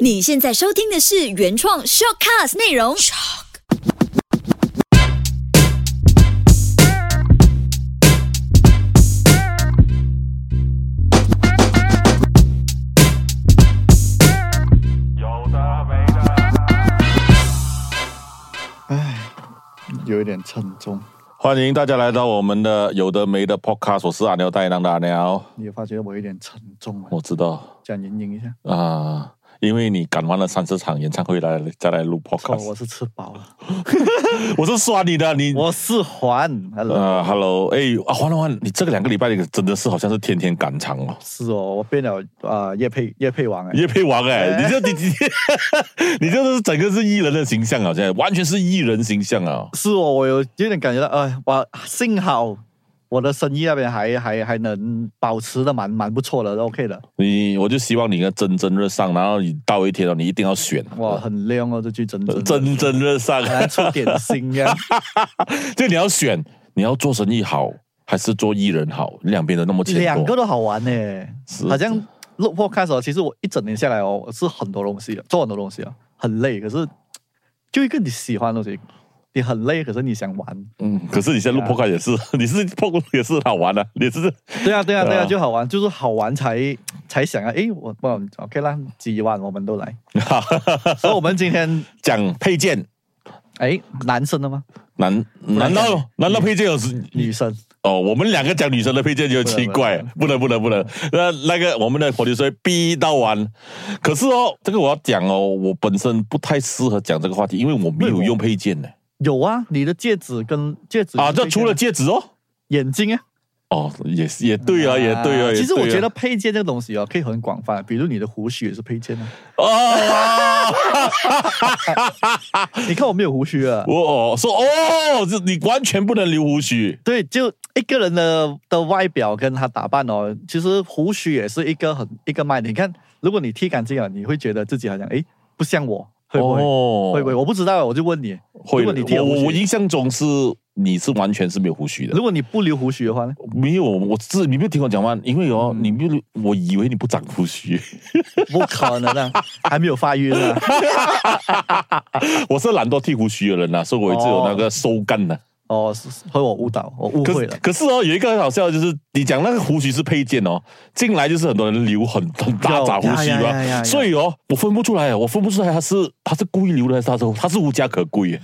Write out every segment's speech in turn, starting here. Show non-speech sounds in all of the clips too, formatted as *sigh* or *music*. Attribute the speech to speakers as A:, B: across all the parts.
A: 你现在收听的是原创 shortcast 内容。
B: 有的没的。
C: 有一点沉重。
B: 欢迎大家来到我们的有的没的 Podcast，我是阿牛带囊的阿牛。
C: 你也发觉我有点沉重了，
B: 我知道
C: 讲莹莹一下。
B: 啊、因为你赶完了三十场演唱会来再来录
C: 靠，
B: Podcast，
C: 哦我是嗯吃饱了，
B: 我是刷你的，你
C: 我是还，hello，
B: 呃，Hello，哎啊，欢了欢，你这个两个礼拜你真的是好像是天天赶场哦。
C: 是哦，我变了啊，叶佩叶佩王哎，
B: 叶佩王
C: *laughs*
B: 哎、你这你 *laughs* 你你这是整个是艺人的形象啊，现在完全是艺人形象啊。
C: 是哦，我有有点感觉到，哎，我幸好我的生意那边还还还能保持的蛮蛮不错的，OK 的，
B: 你我就希望你跟蒸蒸日上，然后你到一天哦，你一定要选
C: 哇，很亮哦，这句真真
B: 蒸蒸日上，
C: 好像出点心一样，
B: 就你要选，你要做生意好还是做艺人好？两边的那么钱多，
C: 两个都好玩呢、
B: 是
C: 好像录 podcast 哦，其实我一整年下来哦，我是很多东西的，做很多东西啊，很累，可是就一个你喜欢的东西，你很累，可是你想玩，
B: 嗯，可是你现在录
C: 对啊
B: podcast 也是，你是 podcast 也是好玩的、你是 *laughs*
C: 对啊，对啊，
B: 对啊
C: 对啊，就好玩，就是好玩才才想啊，诶，我不 OK 啦，几万我们都
B: *laughs*
C: 来，所以我们今天
B: 讲配件，
C: 诶，男生的吗？
B: 难
C: 然
B: 难道难道配件有时
C: 女生
B: 哦？我们两个讲女生的配件就
C: 不能
B: 奇怪，不能不能不能，那那个我们的火力会逼到完。可是哦，这个我要讲哦，我本身不太适合讲这个话题，因为我没
C: 为
B: 有
C: 什么
B: 用配件呢。
C: 有啊，你的戒指跟戒指
B: 啊，这除了戒指哦，
C: 眼睛啊，
B: 哦，也是也对啊，也对啊。也
C: 其实
B: 对
C: 我
B: 啊
C: 觉得配件这个东西啊，可以很广泛，比如你的胡须也是配件啊。
B: 哦， *laughs*
C: 你看我没有胡须啊，
B: 我哦说哦，这你完全不能留胡须，
C: 对，就一个人的的外表跟他打扮哦，其实胡须也是一个很一个卖点。你看，如果你剃干净了，你会觉得自己好像诶不像我，会不会？
B: 哦
C: 会不会？我不知道，我就问你，
B: 会
C: 如果你剃
B: 的。
C: 了
B: 我
C: 胡
B: 我我
C: 须，
B: 印象中是你是完全是没有胡须的，
C: 如果你不留胡须的
B: *laughs*
C: 话呢？
B: 没有，我是你没有听我讲完，因为哦，你没有，我以为你不长胡须，
C: 不可能啊，还没有发育呢。
B: *laughs* 我是懒惰剃胡须的人呐、啊所以我一直有那个收干的、
C: 哦，是是被我误导，我误
B: 可
C: 会
B: 是
C: 了。
B: 可是哦，有一个很好笑的就是，你讲那个胡须是配件哦，进来就是很多人留很很大
C: 有
B: 扎胡须
C: 呀呀呀呀
B: 嘛，
C: 呀
B: 所以哦，我分不出来，我分不出来他是他是故意留的还是他是他是无家可归啊耶。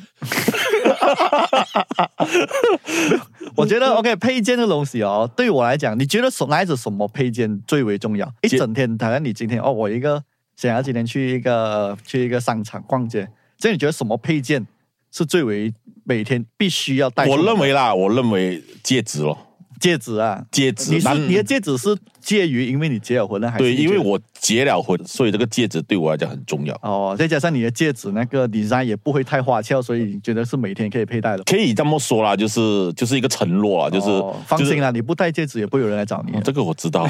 C: *laughs* 我觉
B: 嗯
C: 得 OK，配件这东西哦，对我来讲，你觉得什拿着什么配件最为重要？一
B: 接
C: 整天，好像你今天哦，我一个想要今天去一个去一个商场逛街，这样你觉得什么配件是最为每天必须要带出
B: 我
C: 门的？
B: 认为啦，我认为戒指咯，
C: 戒指啊，
B: 戒指。
C: 你是
B: 男
C: 你的戒指是介于因为你结了婚了还是
B: 对，
C: 你觉
B: 因
C: 得？
B: 为我结了婚，所以这个戒指对我来讲很重要。
C: 哦，再加上你的戒指那个 design 也不会太花俏，所以你觉得是每天可以佩戴的。
B: 可以这么说啦，就是就是一个承诺啊啦，就是、
C: 哦放
B: 就是
C: 心啦，你不戴戒指也不会有人来找你啊
B: 哦。这个我
C: *laughs*
B: 知道。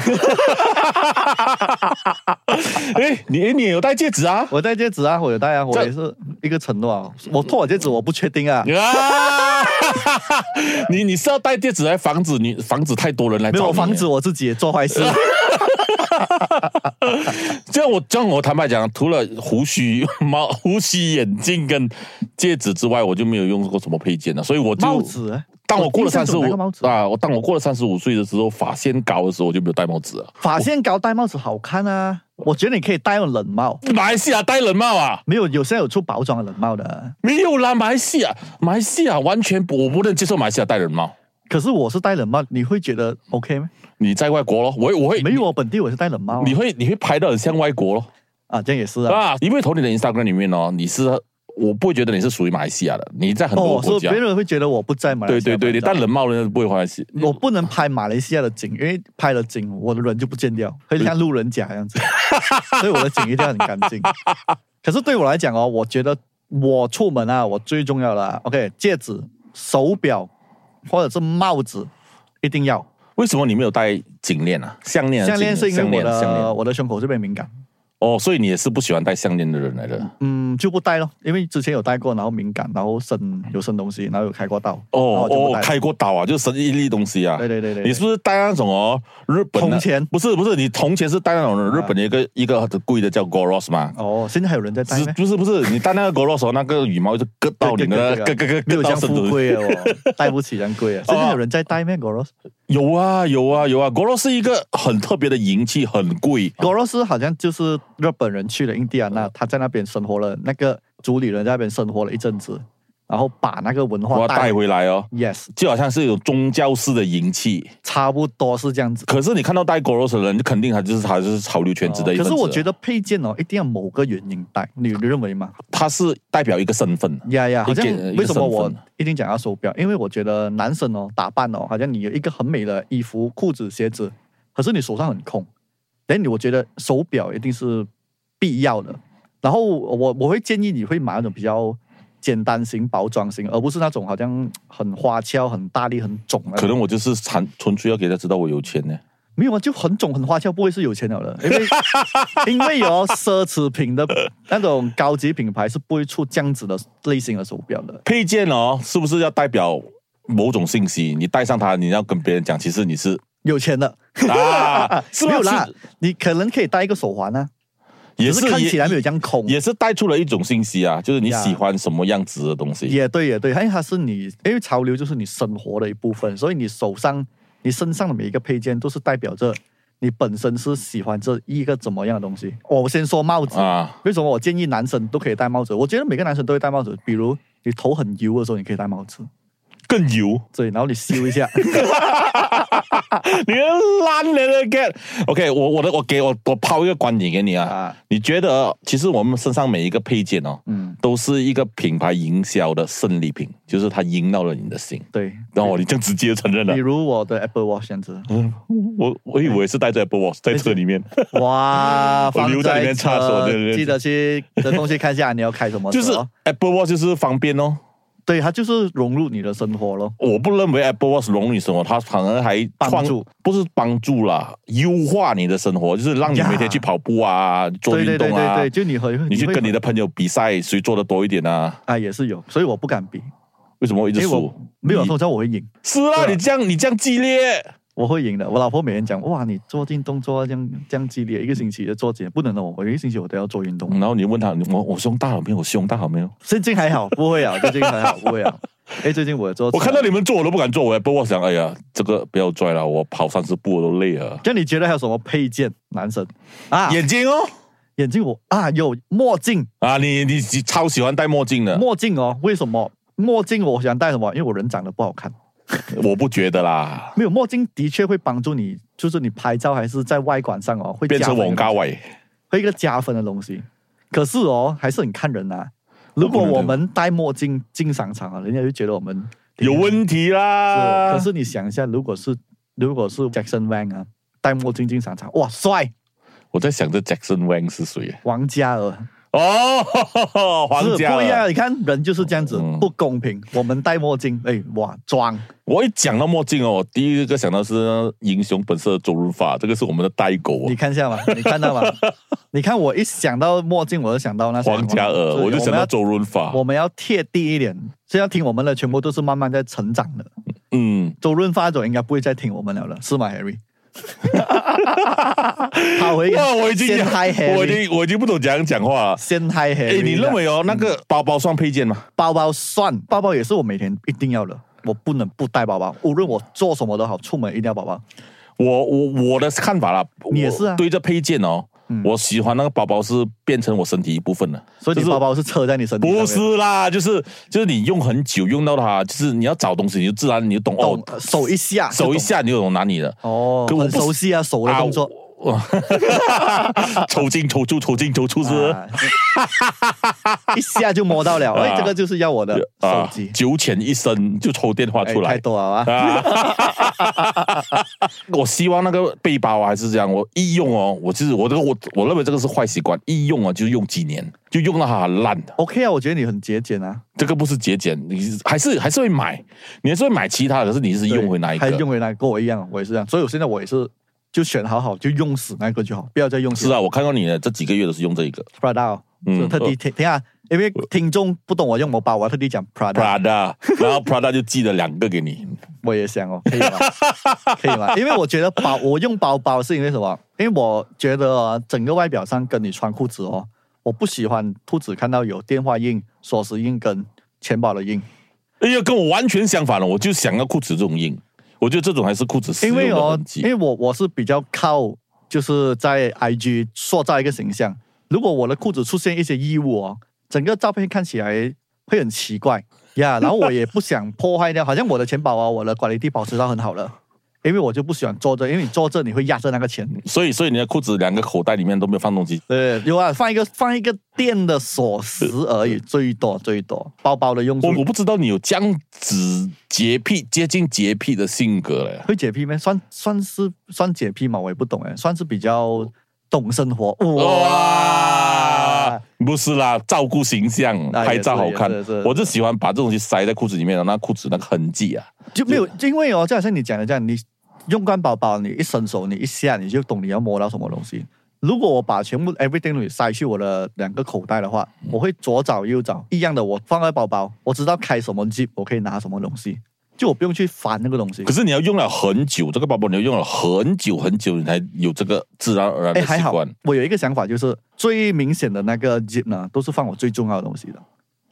B: 哎，你哎你也有戴戒指啊？
C: 我戴戒指啊，我有戴啊，我
B: 这
C: 也是一个承诺啊。我脱我戒指，我不确定啊。
B: 啊！ *laughs* 你你是要戴戒指来防止你防止太多人来
C: 没
B: 找
C: 有，
B: 你？
C: 我防止我自己也做坏
B: *laughs*
C: 事。
B: 呃
C: *laughs*
B: 这样我这样我坦白讲，除了胡须、帽、 *laughs* 胡须、眼镜跟戒指之外，我就没有用过什么配件了，所以我就
C: 帽子，
B: 当我过了三十五
C: 我印象中有那个帽子
B: 啊，我当我过了三十五岁的时候，发线高的时候，我就没有戴帽子了。
C: 发线高戴帽子好看啊。我觉得你可以戴那种冷帽，
B: 马来西亚戴冷帽啊？
C: 没有，有些有出薄装的冷帽的。
B: 没有啦，马来西亚，马来西亚完全不，我不能接受马来西亚戴冷帽。
C: 可是我是戴冷帽，你会觉得 OK 吗？
B: 你在外国咯，我会我会
C: 没有，我本地我是戴冷帽啊
B: 你，你会你会拍的很像外国咯
C: 啊，这样也是啊。
B: 啊！因为从你的 Instagram 里面哦，你是我不会觉得你是属于马来西亚的，你在很多
C: 哦，
B: 国
C: 所以
B: 家。
C: 别人会觉得我不在马来西
B: 对
C: 亚。
B: 啊对对，你
C: 不在
B: 戴冷帽的人不会回来西。
C: 我不能拍马来西亚的景，因为拍了景，我的人就不见掉，会像路人甲这
B: *laughs*
C: 样子，所以我的景一定要很干净。可是对我来讲哦，我觉得我出门啊，我最重要的啊 OK 戒指、手表或者是帽子一定要。
B: 为什么你没有戴颈链啊？项链啊？
C: 项链是因为我
B: 项链项链
C: 的我的胸口这边敏感，
B: 哦，所以你也是不喜欢戴项链的人来的。
C: 嗯，嗯，就不戴咯，因为之前有戴过，然后敏感，然后生有生东西，然后有开过刀，然后
B: 哦
C: 我就不
B: 哦，
C: 戴了。
B: 开过刀啊，就生一粒东西啊。
C: 对对对对，
B: 你是不是带那种哦？日本的
C: 铜钱
B: 不是不是，你铜钱是带那种日
C: 啊
B: 本的一个、一个很贵的叫 Goros 嘛？
C: 哦，现在还有人在戴
B: 是
C: 咩？
B: 不是不是，你戴那个 Goros 哦那个羽毛就割到你的
C: 对
B: 割
C: 对
B: 割割
C: 没有这
B: 割到哦
C: 样
B: 身
C: 富
B: 子。
C: 贵哦，
B: *laughs*
C: 戴不起这样贵啊！现在有人在戴咩？Goros
B: 有啊有啊有啊，Goros 是一个很特别的银器，很贵。
C: Goros 好像就是日本人去了印第安纳，他在那边生活了，那个族里人在那边生活了一阵子，然后把那个文
B: 我
C: 化
B: 要带回来哦，
C: Yes，
B: 就好像是有宗教式的银器。
C: 差不多是这样子。
B: 可是你看到戴 Goros 的人，就肯定他就是他就是潮流圈子的一份
C: 哦可
B: 子啊
C: 是
B: 了、
C: 我觉得配件哦，一定要某个原因戴，你认为吗？
B: 他是代表一个身份。
C: 呀呀，好像
B: 一个
C: 为什么
B: 一个
C: 我
B: 身份
C: 一定讲要手表？因为我觉得男生哦，打扮哦，好像你有一个很美的衣服、裤子、鞋子，可是你手上很空，但你我觉得手表一定是必要的。然后我我会建议你会买那种比较简单型、包装型，而不是那种好像很花俏、很大力、很肿的。
B: 可能我就是纯纯粹要给他知道我有钱呢。
C: 没有啊，就很肿很花俏，不会是有钱了的，因为 *laughs* 因为有奢侈品的那种高级品牌是不会出这样子的类型的手表的。
B: 配件哦，是不是要代表某种信息？你戴上它，你要跟别人讲，其实你是
C: 有钱的 *laughs*
B: 啊，是不
C: 没有
B: 是？
C: 啦，你可能可以戴一个手环啊，
B: 也
C: 只是看起来没
B: 也
C: 有这样空。
B: 也是带出了一种信息啊，就是你
C: 呀
B: 喜欢什么样子的东西。
C: 也对，也对，因为它是你，因为潮流就是你生活的一部分，所以你手上、你身上的每一个配件都是代表着你本身是喜欢这一个怎么样的东西。我先说帽子，
B: 啊，
C: 为什么我建议男生都可以戴帽子？我觉得每个男生都会戴帽子，比如你头很油的时候，你可以戴帽子，
B: 更油， *laughs*
C: 对，然后你修一下，
B: 你个烂人的 get。OK，我我的我给我我抛一个观点给你 *laughs* 啊，
C: 啊，
B: 你觉得其实我们身上每一个配件哦，
C: 嗯，
B: 都是一个品牌营销的胜利品，就是它赢到了你的心。
C: 对。
B: 然后你这样直接承认了
C: 比，如我的 Apple Watch 这样子，
B: 嗯，我我以为是带着 Apple Watch 在车里面，
C: 哇，
B: *laughs* 我留在里面
C: 放在
B: 插手
C: 车
B: 对对对
C: 记得去的东西看一下你要开什么车，
B: 就是 Apple Watch 就是方便哦。
C: 对，它就是融入你的生活咯。
B: 我不认为 Apple Watch 容易生活，它反而还创
C: 帮助，
B: 不是帮助啦，优化你的生活，就是让你
C: 呀
B: 每天去跑步啊，做
C: 对
B: 运
C: 对对
B: 动
C: 对
B: 啊，
C: 对，就你和
B: 你去
C: 会
B: 跟你的朋友比赛，谁做的多一点啊？
C: 啊也是有，所以我不敢比，
B: 为什么我一
C: 因
B: 直
C: 为
B: 输
C: 我？没有
B: 你
C: 通常我会赢，
B: 是啊，
C: 对啊
B: 你这样你这样激烈，
C: 我会赢的。我老婆每天讲，哇，你做运动做到这样这样激烈，一个星期就做几不能的，我一个星期我都要做运动。
B: 然后你问他，我我胸大了没有？我胸大了没有？
C: 最近还好，不会啊，最近还好，不
B: *laughs*
C: 会啊。哎，最近我有做，
B: 我看到你，们做我都不敢做，我 Apple Watch 想，哎呀，这个不要拽了，我跑三十步我都累啊了。
C: 就你觉得还有什么配件？男生啊，眼
B: 眼睛哦，
C: 眼镜我啊有墨镜，
B: 啊，你你你超喜欢戴墨镜的，
C: 墨镜哦，为什么？墨镜我想戴什么？因为我人长得不好看。
B: 我不觉得啦，
C: 没有墨镜的确会帮助你，就是你拍照还是在外观上哦，会
B: 变成
C: 加分
B: 王
C: 的东
B: 家
C: 西，
B: 卫。
C: 会一个加分的东西。可是哦，还是很看人呐、如果我们戴墨镜进商场啊，人家就觉得我们
B: 有啊问题
C: 是
B: 啦。
C: 可是你想一下，如果是如果是 Jackson Wang 啊，戴墨镜进商场，哇，帅，
B: 我在想这 Jackson Wang 是谁
C: 王嘉尔
B: 哦， *laughs*
C: 是
B: 皇家
C: 不一
B: 了。
C: 样。你看人就是这样子，
B: 嗯
C: 不公平。我们戴墨镜，哎，哇，装
B: 我一讲到墨镜哦，我第一个想到是英雄本色的周润发，这个是我们的代狗
C: 你
B: 哦。
C: 看一下
B: *laughs*
C: 嘛，你看到吗？你看我一想到墨镜，我就想到那
B: 皇家
C: 尔，
B: 尔，我就想到周润发。
C: 我们要贴地一点，所以要听我们的全部都是慢慢在成长的。
B: 嗯，
C: 周润发总应该不会再听我们了了，是吗，Harry？他回
B: 哇，我已经
C: 先嗨
B: *laughs* 我已
C: Harry，
B: 经我已经不懂怎样讲话了。
C: 先嗨 Harry
B: 哎，
C: 的。
B: 你认为哦，那
C: 嗯
B: 个包包算配件吗？
C: 包包算包包也是我每天一定要的，我不能不带包包，无论我做什么都好，出门一定要包包。
B: 我我我的看法啦，
C: 你也是啊
B: 我对这配件哦
C: 嗯。
B: 我喜欢那个包包是变成我身体一部分的，
C: 所以你
B: 就是
C: 包包是车在你身体上
B: 不
C: 面，
B: 是啦，就是就是你用很久用到它，就是你要找东西，你就自然你就懂
C: 懂
B: 哦，
C: 手一下就
B: *laughs* 手一
C: 懂
B: 下你就懂哪里
C: *laughs*
B: 了。
C: 哦，
B: 可我
C: 很
B: 不
C: 熟悉啊，手的动作。
B: 我，我抽筋抽出抽筋抽出是
C: 啊一下就摸到
B: *laughs*
C: 了，哎，
B: 啊
C: 这个就是要我的手
B: 啊
C: 机，。
B: 九浅一深就抽电话
C: 哎
B: 出
C: 太
B: 来。
C: 多了啊！
B: 啊！我希望那个背包啊还是这样，我一用哦，我就是我这个我我认为这个是坏习惯，一用啊就用几年，就用到它很烂的，
C: OK 啊，我觉得你很节俭啊，
B: 这个不是节俭，你还是还是会买，你还是会买其他的，可是你是用回那一
C: 还
B: 个，
C: 用回那个，跟我一样，我也是这样，所以我现在我也是就选好好，就用死那个就好，不要再用
B: 是
C: 死 *laughs*
B: 啊，我看到你的这几个月都是用这一个，
C: Prada，哦
B: 嗯
C: 是特地
B: 呃
C: 听听下，因为听众不懂我用某包，我特地讲 Prada，
B: Prada，然后 Prada 就寄了两个给你，
C: 我也想哦，可以吗？
B: *laughs*
C: 可以吗？因为我觉得包，我用包包是因为什么？因为我觉得哦整个外表上跟你穿裤子哦，我不喜欢裤子看到有电话印、锁匙印跟钱包的印，
B: 哎呀，跟我完全相反了，我就想要裤子这种印，我觉得这种还是裤子实
C: 因
B: 用
C: 为
B: 的
C: 哦
B: 痕，迹
C: 因为我我是比较靠就是在 IG 塑造一个形象，如果我的裤子出现一些异物哦，整个照片看起来会很奇怪呀。然后我也不想破坏
B: *laughs*
C: 掉，好像我的钱包啊，我的管理地保持到很好了，因为我就不喜欢坐着，因为你坐着你会压着那个钱。
B: 所以所以你的裤子两个口袋里面都没有放东西，
C: 对，有啊，放一个放一个电的锁匙而已，最多最多，包包的用处
B: 我我不知道你有这样子洁癖接近洁癖的性格嘞。
C: 会洁癖吗？算算是算洁癖嘛，我也不懂哎，算是比较懂生活哇
B: 哇，不是啦，照顾形象，
C: 啊
B: 拍照好看
C: 也是也是。
B: 我就喜欢把这东西塞在裤子里面，然后那裤子那个痕迹啊，
C: 就没有，因为哦，就好像你讲的这样，你用惯包包，你一伸手，你一下你就懂你要摸到什么东西。如果我把全部 everything 都塞去我的两个口袋的话，我会左找右找，一样的我放在包包，我知道开什么 zip，我可以拿什么东西，就我不用去烦那个东西
B: 可。是你要用了很久，这个包包你要用了很久很久，你才有这个自然而然
C: 哎，
B: 的
C: 还
B: 习
C: 好
B: 惯。，
C: 我有一个想法，就是最明显的那个 zip 呢，都是放我最重要的东西的。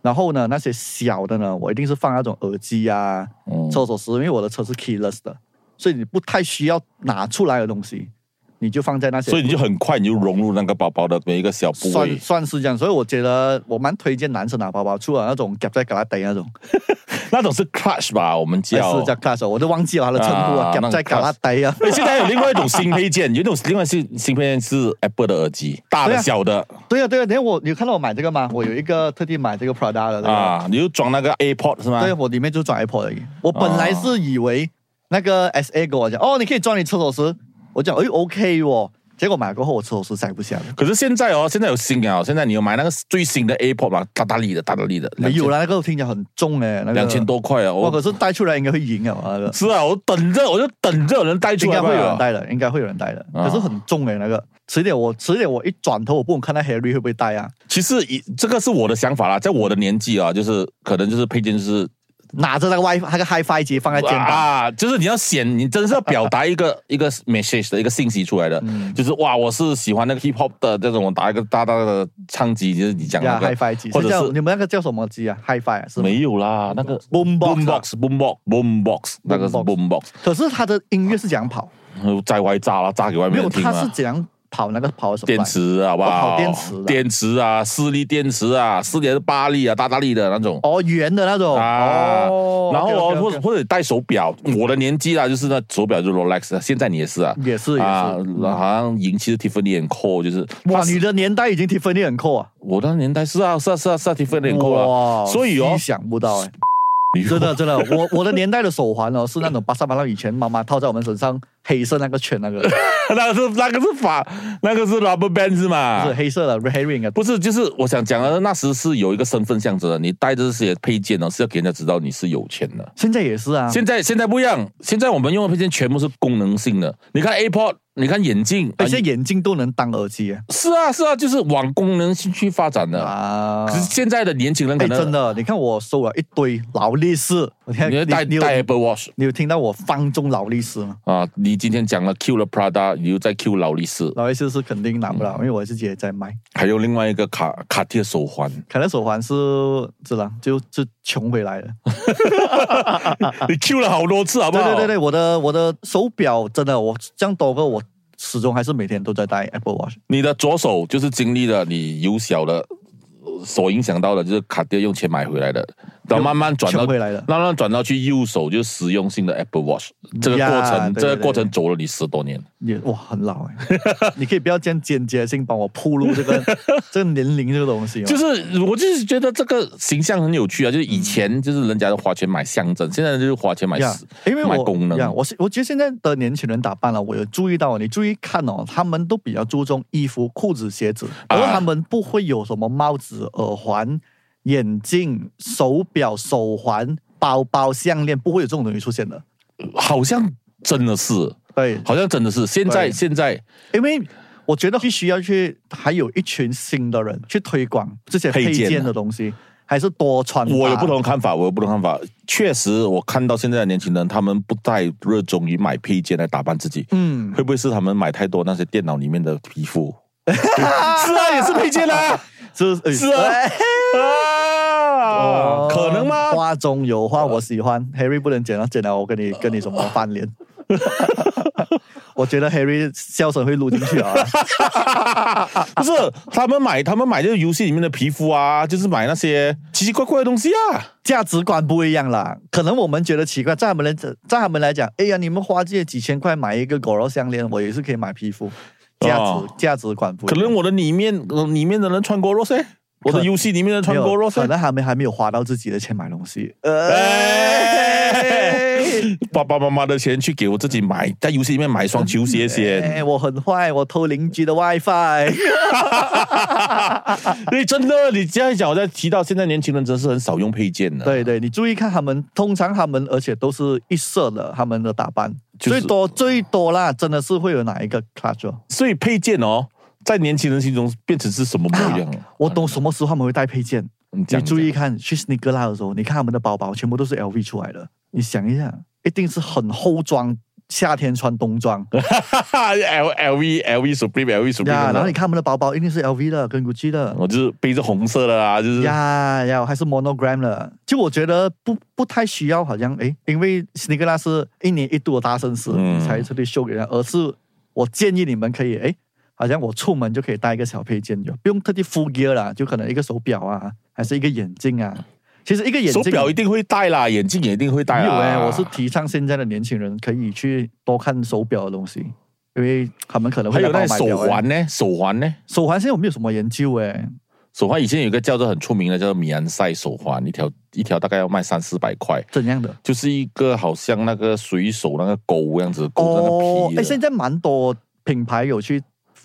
C: 然后呢，那些小的呢，我一定是放那种耳机啊、
B: 嗯
C: 厕所时，因为我的车是 keyless 的，所以你不太需要拿出来的东西，你就放在那些。
B: 所以你就很快你就融入那个包包的每一个小部
C: 算
B: 位。
C: 算是这样，所以我觉得我蛮推荐男生拿包包，除了那种夹在旮旯底那种，
B: 那种是 clutch 吧，我们
C: 还
B: 叫。
C: 是叫 class，我都忘记了他的称呼啊，
B: 啊
C: 夹在旮旯底啊。
B: 哎 *laughs* 现在有另外一种新配件，有一种另外是新配件是 Apple 的耳机，大
C: 对
B: 的
C: 啊
B: 小的
C: 对啊对啊，等下我你有看到我买这个吗？我有一个特地买这个 Prada 的、这个
B: 啊，你就装那个 AirPod 是吗？
C: 对我里面就装 Apple 而已。我本来是以为那个 S A 跟我讲，哦，你可以装你厕所时，我讲哎 OK 哦，结果买过后我厕所时塞不下了，
B: 可是现在哦，现在有新啊，现在你有买那个最新的 AirPod 嘛？大大力的，大大力的，
C: 没有
B: 了，
C: 啦，那个听起来很重哎、那个
B: 两千，多块啊！
C: 哇，
B: 我
C: 可是带出来应该会赢啊，那个
B: 是啊，我等着，我就等着有人带
C: 应
B: 出来
C: 该
B: 吧
C: 会有啊人带的，应该会有人带的，
B: 啊
C: 可是很重哎、那个，迟点我迟点我一转头，我不懂看到 Harry 会不会带啊，
B: 其实以这个是我的想法啦，在我的年纪啊，就是可能就是配件就是
C: 拿着那个 WiFi 那个 HiFi 机放在肩膀，
B: 啊，就是你要显，你真的是要表达
C: *laughs*
B: 一个一个 message 的一个信息出来的，
C: 嗯
B: 就是哇，我是喜欢那个 hip hop 的这种，我打一个大大的唱机，就是你讲
C: 呀
B: 那
C: HiFi
B: 个，
C: 机，
B: 或
C: 是
B: 者
C: 叫
B: 是
C: 你们那个叫什么机啊？HiFi 啊是吗
B: 没有啦，那个
C: Boombox 啊
B: boombox boombox boombox 那个是 boombox，
C: 可是它的音乐是怎样跑？
B: 在外炸啦，炸给外
C: 没
B: 面
C: 有，
B: 人听
C: 它
B: 啊。
C: 是怎样跑那个跑什么？
B: 电池啊好不
C: 我
B: 好？
C: 跑电池的
B: 电池啊，四粒电池啊，四点八粒啊，大大粒的那种。
C: 哦，圆的那种。
B: 啊
C: 哦，
B: 然后哦，
C: OK，OK，OK
B: 或者或者戴手表，我的年纪啦，就是那手表就 Rolex，啊现在你也是啊，
C: 也是也
B: 啊
C: 是。，
B: 好像银器是 Tiffany Co，就是
C: 哇，你的年代已经 Tiffany 很扣啊，
B: 我那年代是啊是啊是啊是啊 Tiffany Co
C: 哇
B: 啊，所以哦
C: 意，想不到哎，
B: 你
C: 真的真的，
B: *laughs*
C: 我我的年代的手环哦，是那种巴萨巴拉以前妈妈套在我们身上黑色那个圈
B: *laughs*
C: 那个，
B: *laughs* 那个是那个是法，那个是 Rubber Band 是吗？
C: 是黑色的 red herring 啊，
B: 不是，就是我想讲的，那时是有一个身份象征的，你带着这些配件哦呢，是要给人家知道你是有钱的。
C: 现在也是啊，
B: 现在现在不一样，现在我们用的配件全部是功能性的。你看 AirPod，你看眼镜，
C: 而
B: 啊
C: 且眼镜都能当耳机啊
B: 是啊是啊，就是往功能性去发展的。
C: 啊
B: 可。是现在的年轻人可
C: 哎，
B: 能
C: 真的，你看我收了一堆劳力士，我天，
B: 你要戴
C: 你有
B: 戴 Apple Watch
C: 你有听到我放纵劳力士吗？
B: 啊，你今天讲了 Q 了 Prada，你又在 Q 劳力士，
C: 劳力士是肯定拿不了，因为我自己也在卖。
B: 还有另外一个卡卡贴手环，
C: 凯特手环是知道，就是穷回来的。
B: 你 Q 了好多次，哦好不
C: 对
B: 好？
C: 啊对对对，我的我的手表真的，我这样多个，我始终还是每天都在戴 Apple Watch。
B: 你的左手就是经历了你由小的呃所影响到的，就是卡地用钱买回来的，然后慢慢转到
C: 抢回来的
B: 慢慢转到去右手，就是实用性的 Apple Watch。这个
C: 呀
B: 过程，
C: 对
B: 这个
C: 对
B: 过程走了你十多年。
C: 你哇，很老哎！ *laughs* 你可以不要这样间接性帮我铺路这
B: *laughs*
C: 个这个年龄这个东西吗。哦
B: 就是是我就是觉得这个形象很有趣啊，就是以前就是人家都花钱买象征，现在就是花钱买
C: 呀
B: 实，
C: 因为
B: 买
C: 我
B: 功能
C: 呀，我是我觉得现在的年轻人打扮了，我有注意到，你注意看哦，他们都比较注重衣服、裤子、鞋子，
B: 啊
C: 而他们不会有什么帽子、耳环、眼镜、手表、手环、包包、项链，不会有这种东西出现的。
B: 好像真的是，
C: 对，
B: 好像真的是现在
C: 对
B: 现在
C: 因为我觉得必须要去，还有一群新的人去推广这些配
B: 配件啊
C: 件的东西，还是多传达。
B: 我有不同的看法，我有不同的看法。确实，我看到现在的年轻人，他们不太热衷于买配件来打扮自己。
C: 嗯，
B: 会不会是他们买太多那些电脑里面的皮
C: *laughs*
B: 肤？是啊，也是配件啊，
C: 这哎
B: 是啊
C: 哎哦
B: 啊，可能吗？呃
C: 话中有话，我喜欢 Harry 不能剪了，啊剪了我跟你跟你什么翻脸？ *laughs* 我觉得 Harry 笑声会录进
B: *laughs*
C: 去啊。
B: 不
C: 啊
B: 是，他们买他们买这个游戏里面的皮肤啊，就是买那些奇奇怪怪的东西啊。
C: 价值观不一样啦，可能我们觉得奇怪，在他们来在他们来讲，哎呀，你们花这几千块买一个狗肉项链，我也是可以买皮肤，价值、
B: 哦
C: 价值观不一
B: 可
C: 样。
B: 能我的里面呃里面的人穿过 rose，我的游戏里面的人
C: 没
B: 穿
C: 有
B: 过 rose，
C: 可能还没还没有花到自己的钱买东西。
B: 哎
C: 哎，
B: *laughs* 爸爸妈妈的钱去给我自己买，在游戏里面买双球鞋
C: 哎
B: 先。
C: 我很坏，我偷邻居的 WiFi。 *laughs*
B: 对，真的，你这样讲，我在提到现在年轻人真是很少用配件的。
C: 对对，你注意看他们，通常他们而且都是一色的，他们的打扮、
B: 就是
C: 最多最多啦，真的是会有哪一个 clutch？哦
B: 所以配件哦，在年轻人心中变成是什么模样？啊
C: *laughs* 我懂什么时候他们会戴配件。
B: 你
C: 你
B: 讲
C: 注
B: *laughs*
C: 意
B: 讲
C: 看，去 sneaker 啦的时候，你看他们的包包全部都是 LV 出来的，你想一下，一定是很厚装，夏天穿冬
B: *laughs*
C: 装
B: ，L L V L V Supreme L V
C: 呀，
B: Supreme，啊
C: 然后你看他们的包包一定是 LV 的跟 GUCCI 的
B: 我就是背着红色的啊，就是
C: 呀呀，还是 monogram 了。就我觉得不不太需要，好像诶，因为 sneaker 啦是一年一度的大盛事，
B: 嗯
C: 你才特地秀给人家，而是我建议你们可以诶，好像我出门就可以带一个小配件，就不用特地 full gear 啦，就可能一个手表啊，还是一个眼镜啊。其实一个眼
B: 手
C: 镜
B: 表一定会戴啦，眼镜也一定会戴啊
C: 没有
B: 啦。
C: 哎、我是提倡现在的年轻人可以去多看手表的东西，因为他们可能会
B: 还有
C: 来帮
B: 那
C: 我买
B: 手
C: 表欸
B: 环呢，手环呢，
C: 手环现在有没有什么研究哎、
B: 手环以前有一个叫做很出名的叫做米兰赛手环，一条一条大概要卖三四百块，
C: 怎样的？
B: 就是一个好像那个水手那个钩样子，钩在那
C: 哦
B: 皮，
C: 哎、
B: 的。
C: 现在蛮多品牌有去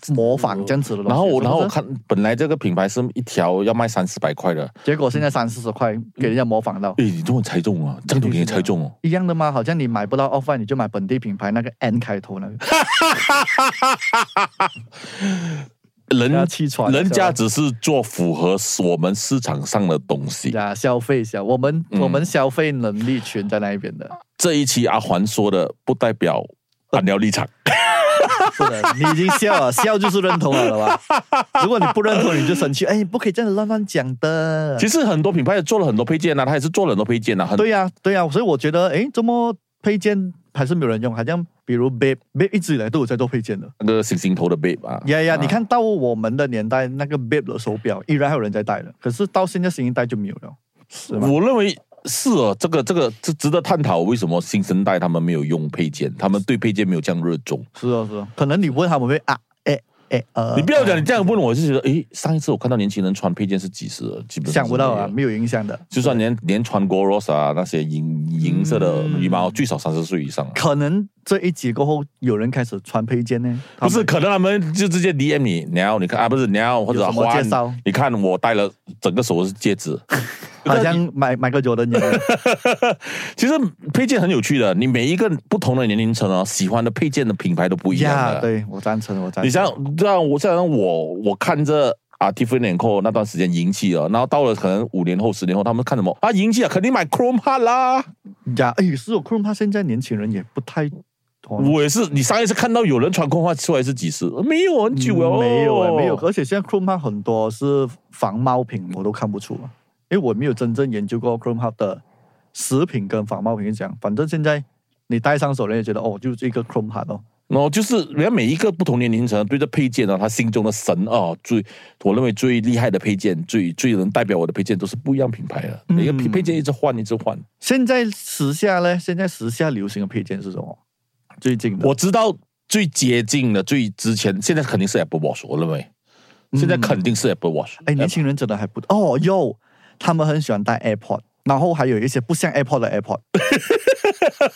C: 模仿这样子的东西，
B: 然后
C: 是
B: 我
C: 不是
B: 然后我看本来这个品牌是一条要卖三四百块的，
C: 结果现在三四十块给人家模仿到。
B: 诶，你中我猜中啊，张总给你猜中哦。
C: 一样的吗？好像你买不到 off white，你就买本地品牌那个 N 开头那个。 *laughs*
B: 人
C: 要气喘
B: 人家
C: 是吧
B: 只是做符合我们市场上的东西。
C: 呀，消费小，我们、
B: 嗯
C: 我们消费能力群在那一边的。
B: 这一期阿环说的不代表俺聊立
C: *laughs*
B: 场，
C: 是的，你已经笑 *laughs* 了，笑就是认同了，好吧？如果你不认同，你就生气，哎，不可以这样乱乱讲的。
B: 其实很多品牌也做了很多配件呐、啊，他也是做了很多配件呐、啊，很
C: 对呀、对呀、所以我觉得，哎，这么配件还是没有人用，好像比如 Babe，Babe 一直以来都有在做配件的。
B: 那个星星头的 babe 啊，
C: 呀呀，
B: 啊
C: 你看到我们的年代，那个 Babe 的手表依然还有人在戴的，可是到现在新一代就没有了。是吗
B: 我认为是哦，这个这个这值得探讨，为什么新生代他们没有用配件，他们对配件没有这样热衷。
C: 是啊，是啊，可能你问他们会啊，哎哎呃，
B: 你不要讲
C: 呃
B: 你这样问我，我就觉得，诶，上一次我看到年轻人穿配件是几时了？基本上
C: 想不到啊，
B: 是没有。
C: 没有影响的。
B: 就算连连穿 Goros 啊那些银银色的羽毛，最少三十岁以上啊。
C: 可能这一集过后，有人开始穿配件呢。他
B: 不
C: 们
B: 是，可能他们就直接 DM 你，你要你看啊，不是你要或者
C: 有什么
B: 花
C: 介绍，
B: 你看我戴了整个手是
C: *laughs*
B: 戒指。
C: 好像买买个酒的年代。
B: 其实配件很有趣的，你每一个不同的年龄层哦，喜欢的配件的品牌都不一样
C: 呀，
B: 的。
C: 对我赞成，我赞成。
B: 你像像我像我我看这啊 Tiffany Co 那段时间银器哦，然后到了可能五年后十年后，他们看什么啊银器啊，肯定买 Chrome Heart 啦。
C: 呀，哎，是我恐怕现在年轻人也不太懂啊
B: 我也是，你上一次看到有人穿 Chrome Heart 出来是几时？没有很久哦，
C: 没有哎、没有。而且现在 Chrome Hub 很多是防猫品，我都看不出啊，因为我没有真正研究过 Chrome Hub 的食品跟防猫品是怎样。反正现在你戴上手链，就觉得哦，就是一个 Chrome Hub 哦。
B: 然后就是人家每一个不同年龄层对这配件啊呢、他心中的神哦，最我认为最厉害的配件，最最能代表我的配件都是不一样品牌的，每个配配件一直换，一直换。
C: 现在时下呢，现在时下流行的配件是什么？最近的
B: 我知道最接近的、最之前，现在肯定是 Apple Watch，我认为现在肯定是 Apple Watch。
C: 哎，年轻人真的还不哦哟，他们很喜欢戴 AirPod，然后还有一些不像 AirPod 的 AirPod，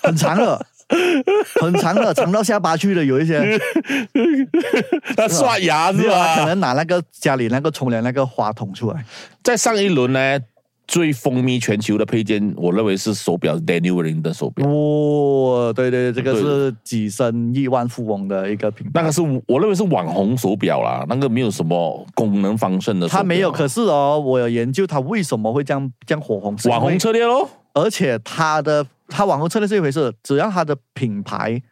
C: 很长的，很长的，长到下巴去的有一些。 *laughs*
B: 那刷牙
C: 没
B: 是 *laughs*
C: 有啊，可
B: 吧？
C: 能拿那个家里那个冲凉那个花筒出来，
B: 在上一轮呢，最风靡全球的配件，我认为是手表 Daniel Wellington 的手表。
C: 哦，对对对，这个是跻身亿万富翁的一个品牌。
B: 啊那个是我认为是网红手表啦，那个没有什么功能方胜的手表。
C: 它没有，可是哦，我有研究它为什么会这样这样火红，是因为
B: 网红策略喽。
C: 而且它的它网红策略是一回事，只要它的品牌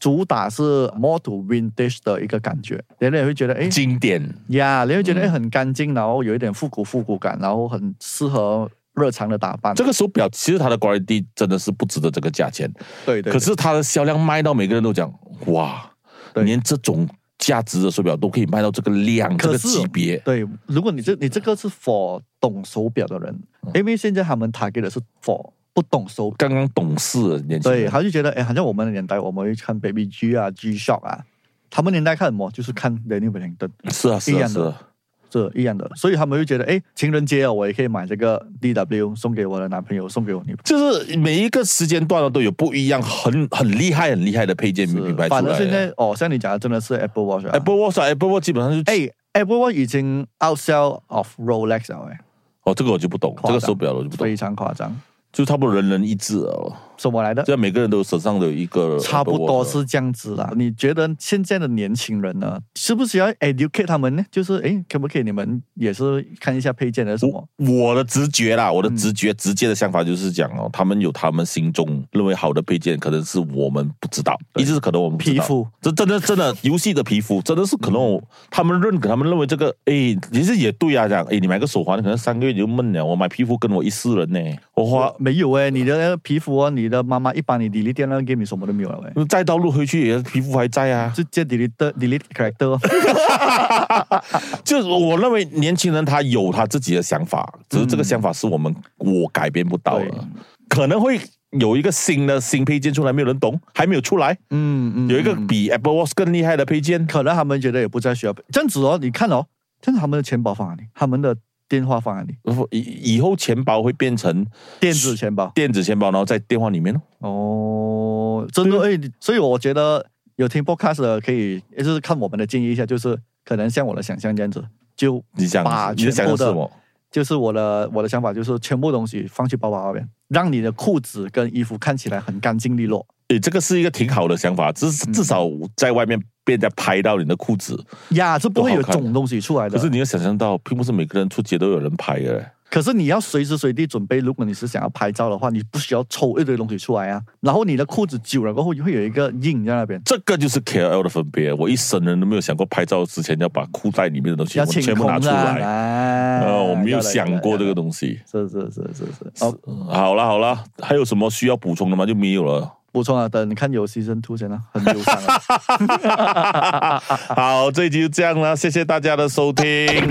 C: 主打是 more to vintage 的一个感觉，人也会觉得哎
B: 经典，
C: 呀，你会觉得
B: 嗯
C: 哎很干净，然后有一点复古复古感，然后很适合日常的打扮。
B: 这个手表其实它的 quality 真的是不值得这个价钱，
C: 对对，
B: 可是它的销量卖到每个人都讲哇，
C: 对
B: 连这种价值的手表都可以卖到这个量、这
C: 可
B: 个
C: 是
B: 级别。嗯
C: 对，如果你这你这个是 for 懂手表的人，因为现在他们 target 的是 for 不懂手表，
B: 刚刚懂事的年轻
C: 对，
B: 人，
C: 他就觉得哎，好像我们的年代，我们会看 Baby G 啊、G Shock 啊，他们年代看什么？就是看 Daniel Wellington
B: 是啊是
C: 一
B: 啊
C: 样
B: 是
C: 的
B: 啊，
C: 这一样的，所以他们会觉得哎，情人节啊，我也可以买这个 DW 送给我的男朋友，送给我女朋
B: 就是每一个时间段呢都有不一样，很很厉害、很厉害的配件
C: 友。
B: 品牌出
C: 反正
B: 来
C: 现
B: 了。
C: 在哦，像你讲的，真的是 Apple Watch 啊。
B: Apple Watch 啊 Apple Watch 基本上就
C: 哎，Apple Watch 已经 outsell of Rolex 了，哎，
B: 哦，这个我就不懂，
C: 夸
B: 这
C: 张
B: 个手表我就不懂
C: 非，常夸张。
B: 就差不多人人一致哦。
C: 什么来的？
B: 现在每个人都手上都有一个，啊
C: 差不多是这样
B: 呃
C: 子啦。你觉得现在的年轻人呢，是不是要 educate 他们呢？就是诶，可不可以你们也是看一下配件的什么
B: 我？我的直觉
C: 嗯
B: 啦，我的直觉、直接的想法就是讲哦，他们有他们心中认为好的配件，可能是我们不知道，一直是可能我们不知道
C: 皮肤，
B: 这真的真的游戏的皮肤真的是可能我他们认可，他们认为这个哎，其实也对啊，讲哎，你买个手环可能三个月你就闷了，我买皮肤跟我一世人呢，我花
C: 哇，没有诶，你的那个皮肤哦，你的妈妈一把你 delete 掉那个 game，你什么都没有了
B: *laughs*
C: 诶，
B: 再道路回去也皮肤还在啊， *laughs*
C: 直接 delete delete character 哦。
B: 就是我认为年轻人他有他自己的想法，只是这个想法是我们我改变不到
C: 对
B: 的，可能会有一个新的新配件出来，没有人懂，还没有出来，
C: 嗯嗯，
B: 有一个
C: 嗯
B: 比 Apple Watch 更厉害的配件，
C: 可能他们觉得也不再需要这样子哦。你看哦，这样他们的钱包放哪里？他们的电话放哪里？
B: 以以后钱包会变成
C: 电子钱包
B: 电子钱包，然后在电话里面咯。
C: 哦，真的诶，所以我觉得有听 podcast 的可以，也就是看我们的建议一下，就是可能像我的想象这样子，就
B: 你想
C: 把，
B: 你想
C: 全部
B: 的是
C: 的
B: 什么？
C: 就是我的我的想法就是全部东西放去包包那边，让你的裤子跟衣服看起来很干净利落
B: 诶，这个是一个挺好的想法，至
C: 嗯
B: 至少在外面被人家拍到你的裤子，
C: 呀，是不会有
B: 多好看
C: 种东西出来的。
B: 可是你要想象到，并不是每个人出街都有人拍的。
C: 可是你要随时随地准备，如果你是想要拍照的话，你不需要抽一堆东西出来啊。然后你的裤子久了过后会有一个印在那边，
B: 这个就是 KOL 的分别。我一生人都没有想过拍照之前要把裤袋里面的东西
C: 要
B: 我
C: 清
B: 全部
C: 空
B: 拿出来。
C: 啊。
B: 呃，我没
C: 要
B: 有
C: 了
B: 想过
C: 要
B: 这。个
C: 了
B: 东西。
C: 是是是是是。哦，
B: 嗯好了好了，还有什么需要补充的吗？就没有了。 *laughs*
C: 补充啊，等你看有 season two 先啊，很忧伤啊。
B: 好，这一集就这样了，谢谢大家的收听。